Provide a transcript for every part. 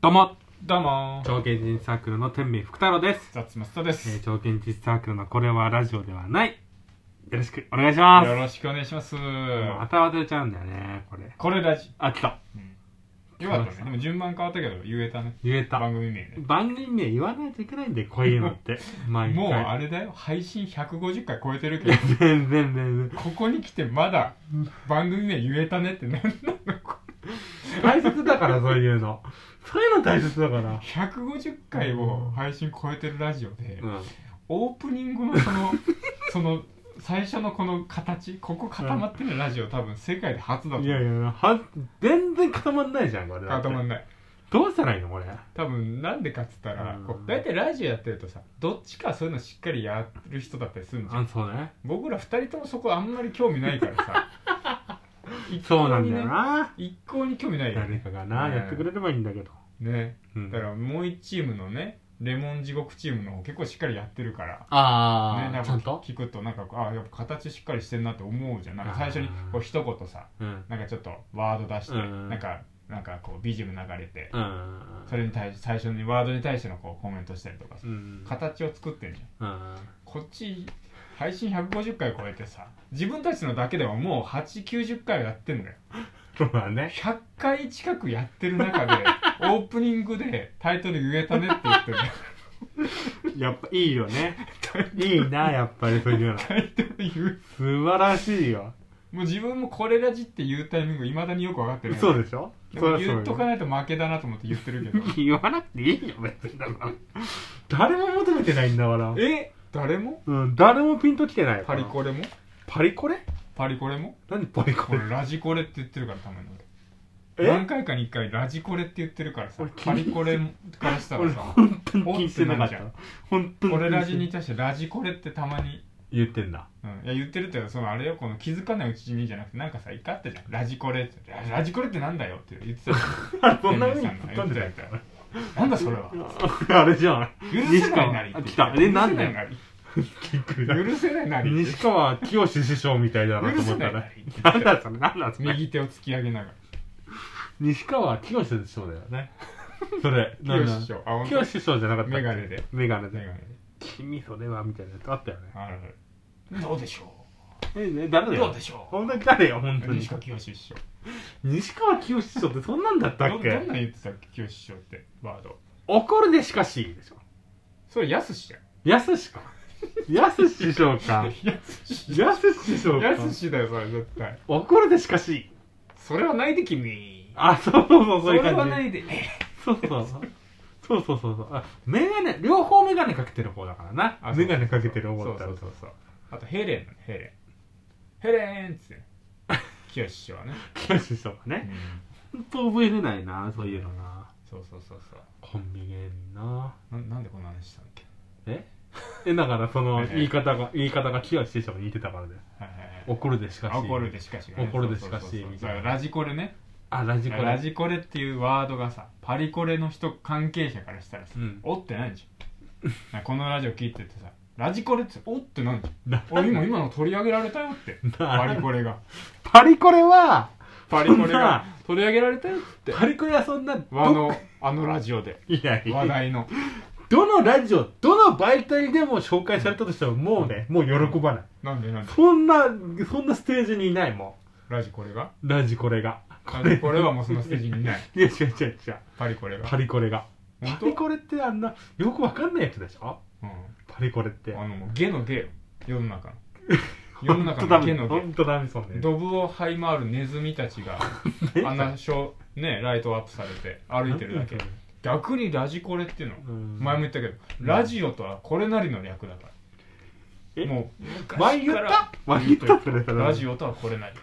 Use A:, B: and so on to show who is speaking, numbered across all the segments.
A: どうも
B: どうも
A: 超現実サークルの天命福太郎です、
B: ザッツマスターで
A: えー
B: す、
A: 超現実サークルのこれはラジオではないよろしくお願いします
B: よろしくお願いします
A: また忘れちゃうんだよねこれ
B: これラジ
A: あ来た
B: よかったねでも順番変わったけど言えたね
A: 言えた
B: 番組名ね
A: 番組名言わないといけないんでこういうのって毎回
B: もうあれだよ配信150回超えてるけど
A: 全然全然
B: ここに来てまだ番組名言えたねってなんなのこれ
A: 大切だからそういうのそういうの大切だから
B: 150回を配信超えてるラジオで
A: うん
B: オープニングのそ のその最初のこの形ここ固まってるラジオ多分世界で初だと思う
A: いやいやは全然固まんないじゃんこれ
B: 固まん
A: い
B: ない
A: どうしたらいいのこれ
B: 多分なんでかっつったら
A: うん
B: こう大体ラジオやってるとさどっちかそういうのしっかりやる人だったりするんじゃん
A: あそうね
B: 僕ら2人ともそこあんまり興味ないからさ 一
A: そう
B: 向
A: なん
B: に
A: だよ
B: ね
A: な
B: 一向に興味ないよ
A: 誰
B: ね
A: かがな
B: ね
A: やってくれればいいんだけど
B: ね
A: うん
B: だからもう1チームのねレモン地獄チームの方結構しっかりやってるからね
A: あ
B: な
A: あ
B: ん
A: ちゃん
B: か
A: と
B: 聞くとなんかこうあやっぱ形しっかりしてんなって思うじゃんなんか最初にこう一言さ
A: うん
B: なんかちょっとワード出して
A: うん
B: なんかなんかこう BGM 流れて
A: うん
B: それに対し最初にワードに対してのこうコメントしたりとかさ
A: うん
B: 形を作ってんじゃ ん
A: うん
B: こっち配信150回超えてさ自分たちのだけでももう890回はやってんだよ
A: そうだね
B: 100回近くやってる 中でオープニングでタイトル言えたねって言ってる
A: やっぱいいよね いいなやっぱりそういうの
B: タイトル言う
A: 素晴らしいよ
B: もう自分もこれラジって言うタイミングいまだによく分かってない
A: そうでしょ
B: で
A: そり
B: も
A: ゃそうよ
B: 言っとかないと負けだなと思って言ってるけど
A: 言わなくていいよ別にだから誰も求めてないんだから
B: え誰も
A: うん誰もピンときてないか
B: パ
A: ら
B: リコレも
A: パリコレ
B: パリコレも
A: 何パリコ
B: こ
A: レ
B: れラジコレって言ってるからたまに俺
A: え
B: 何回かに1回ラジコレって言ってるからさ
A: 俺気に
B: パリコレからしたら
A: 俺
B: さ
A: 本当に気にしてなかった
B: おってなる
A: 本当に気
B: 俺ラジ
A: に
B: に
A: して
B: 対してラジコレってたまに、
A: 言って んだ
B: うん、いや言ってるってそのあれよこの気づかないうちにじゃなくてなんかさ怒ったじゃんラジコレってララジコレってなんだよって言ってたじ
A: そんな風に突っ込んでたよ
B: ゃんなんだそれは
A: あれじゃん
B: 許せないなりって
A: 来たえなんでびっくりだ
B: 許せないなり許
A: 西川きよし師匠みたいだなと思
B: せ
A: っ
B: な
A: た
B: い な
A: ね
B: りって言っ
A: な
B: て
A: ん
B: た
A: だそれなんだそれ
B: 右手を突き上げなが
A: 西川きよし師匠だよ ねそれ
B: ら
A: なんだ
B: 清師匠あ本
A: きよ
B: 当
A: し師匠じゃなかったっけ
B: メガネで
A: メガネ
B: 眼鏡
A: で
B: で
A: 君それはみたいなやつあったよね
B: あるあるどうでしょ
A: えね誰
B: う
A: だ
B: どう
A: よ
B: でしょう
A: 本当に誰よ本当に
B: 西川清師匠
A: 西川きよし師匠ってそんなんだった
B: どど
A: っ
B: んな
A: け
B: ん言ってたっけ清師匠ってワード
A: 怒るでしかしでしょ
B: それやすしだよ
A: やす しかやすし師匠か
B: やすし
A: やすし師匠か
B: やすしだよそれ絶対
A: 怒るでしかし
B: それはないで君
A: あそうそうそう
B: そ
A: そうい
B: れ
A: う感じ
B: はないで
A: そうそうそう。そうそうそうそう。あ、メガネ、両方メガネかけてる方だからな。メガネかけてる方だった
B: そ
A: ら
B: うそうそうそうあとヘレンのねヘレンヘレンっつって清志師匠 はね、
A: 教師匠がね。ほんと覚えれないな、そういうのな。
B: そうそうそうそう
A: コンビゲンな。
B: ななんでこんな話したんだっけ
A: ええ、だからそ
B: は
A: の
B: いはい
A: 言い方が、言い方が清志師匠に似てたからだよ。
B: はいはいはい
A: 怒るでしかし。
B: あ怒るでしかし
A: 怒るでしかし
B: そうそうそうそう
A: みたいな
B: だからラジコレね
A: あ、ラジコ
B: ラ
A: ラ
B: ジコレっていうワードがさパリコレの人関係者からしたらさ、
A: うん
B: おってないじゃん なんかこのラジオ聞いててさラジコレっておってなんじゃん
A: な
B: 俺今今の取り上げられたよってパリコレが
A: パリコレは、
B: パリコレが取り上げられたよって
A: パリコレはそんな、
B: あのあのラジオで
A: どいやい
B: 話
A: や、
B: 題の
A: どのラジオ、どの媒体でも紹介されたとしても、もうね、もう喜ばない。
B: なんでなんで
A: そんな、そんなステージにいないも
B: ラジコレ が
A: ん。ラジコレが。
B: ラジコレはもうそのステージにいない
A: いや違う違う違う
B: パリコレが
A: パリコレが
B: 本
A: パ
B: 当
A: リコレってあんなよくわかんないやつでしょ
B: う
A: パリコレって
B: んあのもうゲのゲよ世の中の世の中のゲの
A: ほんとダメそう
B: ゲ
A: ね
B: ドブを這い回るネズミたちがあんなしょねライトアップされて歩いてるだけ逆にラジコレっていうの
A: うん
B: 前も言ったけど
A: ん
B: ラジオとはこれなりの略だか
A: え
B: らもう
A: 前言った前言ったそれそれ
B: ラジオとはこれなり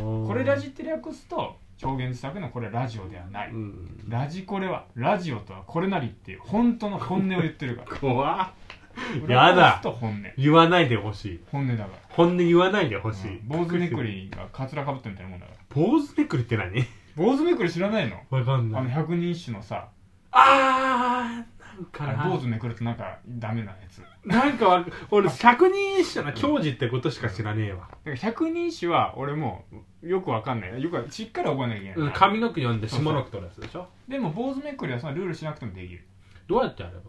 A: オ
B: これラ
A: ジ
B: ジって略すと超現実作のこれラジオではない
A: うん
B: ラジコレはラジオとはこれなりっていう本当の本音を言ってるから
A: 怖っや
B: 裏
A: だ
B: 返すと本音
A: 言わないでほしい
B: 本音だか
A: 本音言わないでほ
B: ら
A: しい
B: 坊主めくりがカツラかぶってるみたいなもんだ から
A: 坊主めくりって何
B: 坊主めくり知らないの
A: わかんな
B: あの
A: い
B: 百人一首のさ
A: あーか
B: あれ
A: な
B: 坊主めくるとなんかダメなやつだか
A: なんかわ俺百人一首の矜持ってことしか知らねえわ、
B: ら百人一首は俺もよくわかんないよくわしっかり覚えなきゃいけないな、
A: うん、上の句読んで
B: そ
A: 下
B: うそう
A: の句取るやつでしょ
B: でも坊主めくりはそのルールしなくてもできる
A: どうやってやれば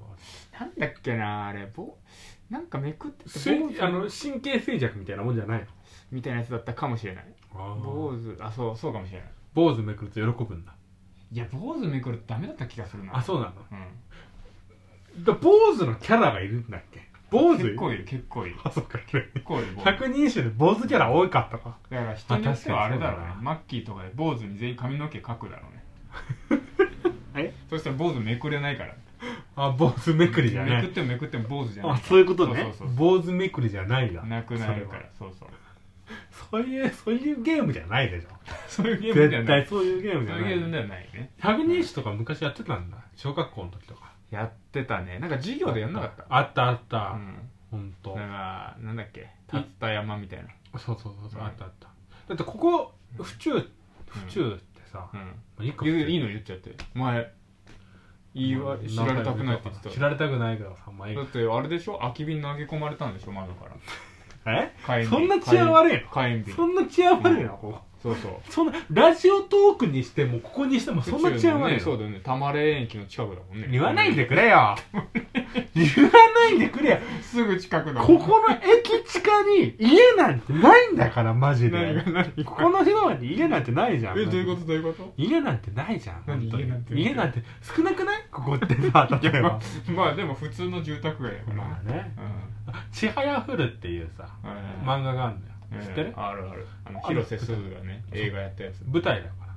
B: なんだっけなあれぼなんかめくってて
A: せい
B: 坊主
A: あの神経衰弱みたいなもんじゃないの
B: みたいなやつだったかもしれない
A: 坊
B: 坊
A: 主
B: 主あそうそうかもしれない
A: 坊主めくると喜ぶんだ
B: いや坊主めくるとダメだった気がするな
A: あそうなの
B: う
A: だ坊主のキャラがいるんだっけ坊
B: ん、
A: 主
B: 結構いる結構いる
A: あそうかいる
B: 結構いる坊主だか
A: 百人一首で坊主キャラ多かったから
B: 人によってはあれだ
A: あ
B: ろう
A: 確かにそうだな
B: ねマッキーとかで坊主に全員髪の毛描くだろうね
C: え
B: そしたら坊主めくれないから
A: あ坊主めくりじゃな
B: めく
A: い
B: ってもめくっても坊主じゃない
C: あそういうことね
B: そうそうそう
A: 坊主めくりじゃないだ
B: なくなるか
A: それは
B: らそうそう
A: そういうそういうゲームじゃないでしょ
B: そういうゲームじゃ
A: 絶
B: ない
A: 対そういうゲームじ
B: そ
A: ゃ
B: ういう
A: な
B: ゲームで
A: い
B: はないね
A: 百人一首とか昔やってたんだ小学校の時とか
B: やってたねなんか授業でやんなかった
A: あったあった、
B: うん
A: ほんと
B: なんかなんだっけ竜田山みたいな
A: そうそうそうそう、
B: うん
A: あったあっただってここ府中府中ってさ、
B: う
A: ま
B: ん
A: あ一個
B: 言ういいの言っちゃって前言いわ知られたくないって言ってた
A: 知られたくないけどさまあいい
B: だってあれでしょ空き瓶投げ込まれたんでしょ窓から
A: え
B: 火炎瓶
A: そんな治安悪いの
B: 火炎火炎瓶
A: そんな治安悪いな、こ
B: そうそう
A: こそんなラジオトークにしてもここにしてもそんな治安悪いの
B: ねそうだよね玉霊園駅の近くだもんね
A: 言わないでくれよ言わないでくれよ
B: すぐ近くだもん
A: ここの駅地下に家なんてないんだからマジ
B: 何が
A: で
B: 何が
A: ここの広場に家なんてないじゃん
B: えどういうことどういうこと
A: 家なんてないじゃん本
B: 何
A: 当に
B: 家なんて
A: 家なんて少なくないここってさ例えば
B: まあでも普通の住宅街やから
A: まあね
B: う
A: 「ちはやふる」っていうさ
B: んはいはい
A: 漫画があるんだよ知ってる
B: ええあるあるあの広瀬すずがね映画やったやつ
A: 舞台だから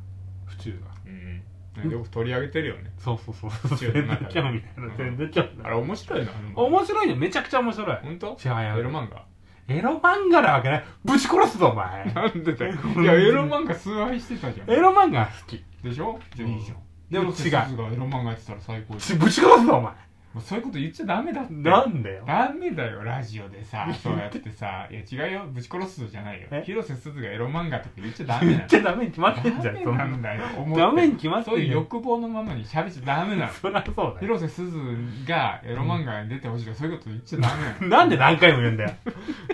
A: 府中が
B: うんうんよく取り上げてるよね
A: そうそうそうそう
B: 中
A: 全
B: の
A: 然
B: 中で
A: ちゃうみたいな全然ちゃう
B: あれ面白いなあの
A: 面白いよめちゃくちゃ面白い
B: 本当
A: ちはや
B: エ
A: ふ
B: ロ
A: る
B: 漫画
A: エロ漫画なわけないぶち殺すぞお前
B: なんでだよいやエロ漫画崇拝してたじゃん
A: エロ漫画好き
B: でしょじゃあいいじゃん
A: でも違う
B: 広瀬すずがエロ漫画やってたら最高じ
A: ちぶち殺すぞお前
B: ゃんそういうこと言っちゃダメだって
A: なんだよ
B: ダメだよラジオで さそうやってさいや違うよぶち殺すぞじゃないよ
A: え
B: 広瀬すずがエロ漫画とか言っちゃダメ
A: 言
B: な
A: っ
B: の
A: ちゃダメに決まってんじゃ
B: ダ
A: ん
B: メ
A: そん
B: な
A: なん
B: だよ思って
A: ダメに決まってん
B: そういう
A: じゃん
B: 欲望のままに喋っちゃダ メなの
A: そりゃそうだよ
B: 広瀬すずがエロ漫画に出てほしいとかそういうこと言っちゃダメなの
A: なんで何回も言うんだよ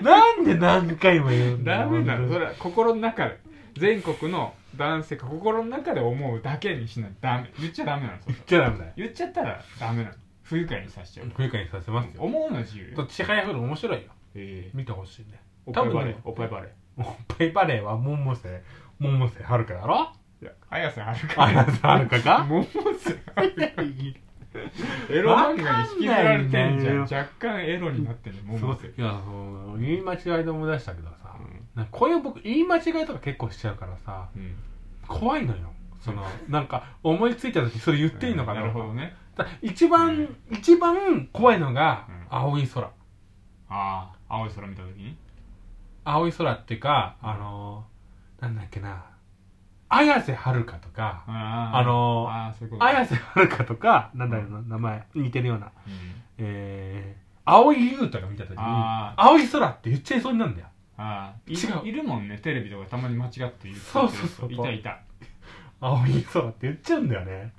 A: なんで何回も言 うんだよ
B: ダメなのそ
A: 本
B: れは心の中で全国の男性が心の中で思うだけにしないとダメ言っちゃダメなのそ
A: 当
B: れ
A: に言っちゃダメだよ
B: 言っちゃったらダメなの不愉快にさせちゃう
A: 不愉快にさせますよ
B: 思うの自由
A: とちはやふる面白いよ
B: ええ
A: 見てほしいね
B: おっ
A: 多
B: ぱい
A: 分
B: バレ
A: ね
B: ーおっぱいバレ
A: おっぱいバレーは百瀬百瀬はるかだろ
B: ーいや綾瀬はるか
A: 綾瀬はるかか
B: もうエロ漫画に引きずられてんじゃん
A: わかんないんだ
B: 若干エロになってんねもうもう
A: いやその言い間違いで思い出したけどさ、
B: うん
A: なんかこういう僕言い間違いとか結構しちゃうからさ
B: うん
A: 怖いのよそのなんか思いついた時それ言っていいのかな,、
B: なるほどね
A: だ一番、
B: うん
A: 一番怖いのが
B: うん
A: 青い空
B: ああ青い空見た時に
A: 青い空っていうかあのー、なんだっけな綾瀬はるかとか、
B: あー
A: あのー
B: あーそういうこと
A: 綾瀬はるかとかなんだろうな名前似てるような
B: うん
A: えー、青井優太が見た時に
B: あ
A: 青い空って言っちゃいそうになるんだよ
B: あ
A: 違
B: ー
A: う
B: いいるもんねテレビとかたまに間違って言ってる人
A: そうそうそう
B: いたいた
A: 青い空って言っちゃうんだよね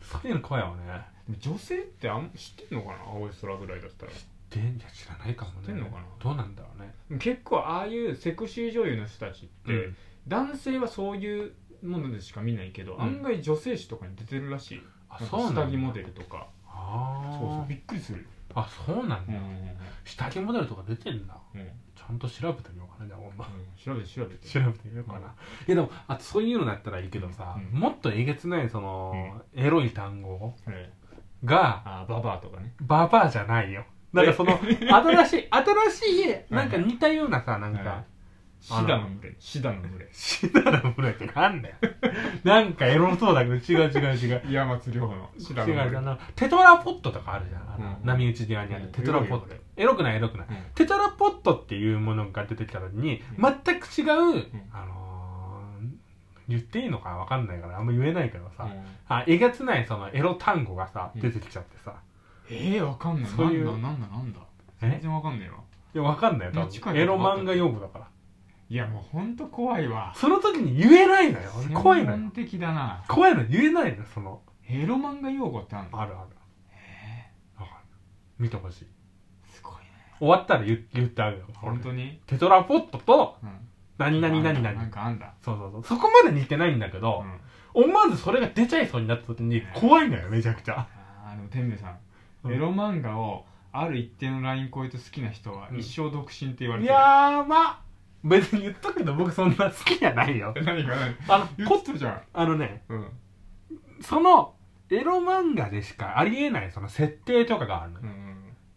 A: そういうの怖いよね
B: でも女性ってあん知ってんのかな青い空ぐらいだったら
A: でんじゃ知らないかもね
B: 知ってんのかな
A: どうなんだろうね
B: 結構ああいうセクシー女優の人たちっ
A: う
B: て、
A: ん
B: 男性はそういうものでしか見ないけど、
A: うん
B: 案外女性誌とかに出てるらしい
A: あ
B: なんか
A: そうなんだ
B: 下着モデルとかそうそ
A: あ
B: うびっくりするよ、
A: ーあそうなん
B: うん
A: だ下着モデルとか出てんだ
B: うん
A: ちゃんと調べてみようかなじゃあほんま
B: 調べて調べて
A: 調べてみようかな、いやでもあとそういうのだったらいいけどさ、
B: うん
A: もっとえげつないその、エロい単語
B: はい
A: が
B: あババアとかね
A: ババアじゃないよなんかその新しい新しい家なんか似たようなさなんか、
B: シダの群れシダの群れ
A: シダラムレってなん だよ。なんかエロそうだけど、違う違う違う。
B: 岩松涼のシダの
A: 違う
B: 群れ
A: あのテトラポットとかあるじゃん。あの
B: うん
A: 波打ち際にある
B: うん
A: テトラポット
B: エロいよね。
A: エロくないエロくない。テトラポットっていうものが出てきた時に、
B: う
A: 全く違う
B: うん、
A: あのー、言っていいのかわかんないから、あんま言えないけど
B: うん
A: さ
B: う、ん
A: あ、えげつないそのエロ単語がさ、
B: うん
A: 出てきちゃってさ。
B: えー、わかんない
A: そういう
B: なんだなんだなんだ
A: え
B: 全然わかんないわ
A: いや、わかんないよ、多
B: どっちか
A: 分。
B: に
A: エロ漫画用語だから。
B: いやもうほんと怖いわ
A: その時に言えないのよ。俺怖いの
B: 専
A: よ
B: 門。的だな
A: 怖いの言えないのよ、その。
B: エロ漫画用語ってあんの
A: あるある。見てほしい
B: すごいね
A: 終わったら言言ってあげよう
B: 本当に
A: テトラポットと
B: うん
A: 何々何
B: なん
A: 々
B: かあんだ
A: そうそうそうそこまで似てないんだけ
B: う
A: ど、
B: ん
A: 思わずそれが出ちゃいそうになった時に怖いのよめちゃくちゃ
B: あーでも天明さ
A: うん
B: んエロ漫画をある一定のライン超えて好きな人は
A: うん
B: 一生独身って言われてる
A: やーば別に言っとくけど僕そんな好きじゃないよ
B: え何が何
A: あの
B: 言
A: ポ
B: っ
A: ッ
B: てたじゃん
A: あのね
B: うん
A: そのエロ漫画でしかありえないその設定とかがあるのよ
B: う、ん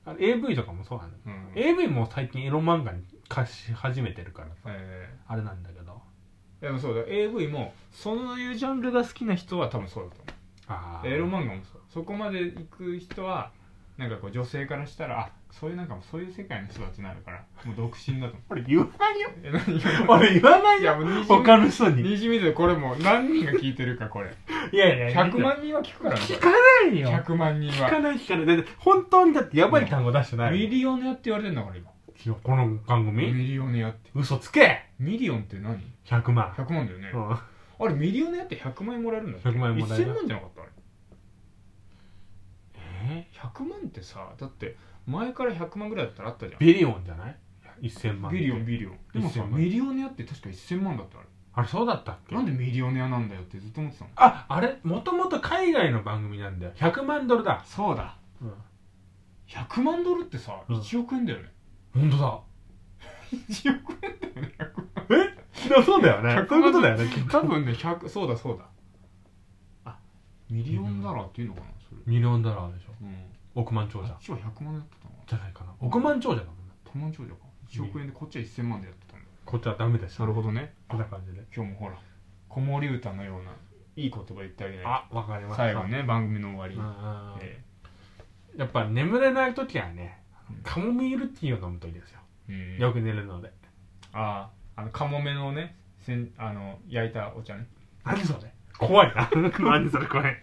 A: あの AV とかもそうなのよ
B: うんうんえ
A: AV も最近エロ漫画に貸し始めてるから
B: え
A: あれなんだけど
B: ーでもそうだ AV もそういうジャンルが好きな人は多分そうだと思
A: あ
B: うエロ漫画もそうそこまで行く人はなんかこう女性からしたらあそういうなんかもうそういう世界の人だってなるからもう独身 だと思う
A: 俺言わないよ
B: え何 が
A: 俺言わない
B: い
A: よ
B: やもうにじ
A: 他の人に
B: みにじみでこれもう何人が聞いてるかこれ
A: いやいやいや
B: 100万人は聞くからねこれ
A: 聞かないよ
B: 100万人
A: 聞か
B: は
A: ない聞かないだって本当にだってやばい単語出してない
B: ミ
A: よ
B: リオネアって言われてんだから今
A: いやこの番組、
B: ミリオネアって
A: 嘘つけ
B: ミリオンって何
A: 100万、
B: 100万だよね、
A: うん
B: あれミリオネアって100万円もらえるんだっけ
A: 100万円もらえる
B: 1000万じゃなかったあれ
A: え
B: 100万ってさだって前から100万ぐらいだったらあったじゃん
A: ビリオンじゃない1000万
B: ビリオンビリオンでもさ
A: 1000万
B: ミリオネアって確か1000万だったあ
A: あれそうだったっけ
B: れなんでミリオネアなんだよってずっと思ってたの
A: ああれもともと海外の番組なんだよ100万ドルだ、
B: そうだ
A: うん、
B: 100万ドルってさ
A: うん
B: 1億円だよね、
A: 本当だ
B: 1億円
A: いやそうだよね
B: 100
A: そういうことだよねきっ
B: 多
A: と
B: 分ね100そうだそうだあミリオンダラーっていうのかなそれ
A: ミリオンドラーでしょ
B: うん
A: 億万長
B: あ
A: 者
B: っちは100万円だったのかな
A: じゃないかな億万長者だもんな
B: 100万長者か1億円でこっちは1000万でやってたんだ
A: こっちはダメでした
B: なるほどね
A: こんな感じで
B: 今日もほら子守歌のようないい言葉言ってあげない
A: あわかりま
B: と
A: した
B: 最後ね番組の終
A: うんう
B: わ
A: ん
B: り、え
A: やっぱ眠れない時はね
B: うん
A: カモミールティーを飲むといいですよ
B: えうん
A: よく寝るので
B: あああのカモメのねせんあの焼いたお茶ね
A: 何それ怖いな何それ怖い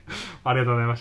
A: ありがとうございました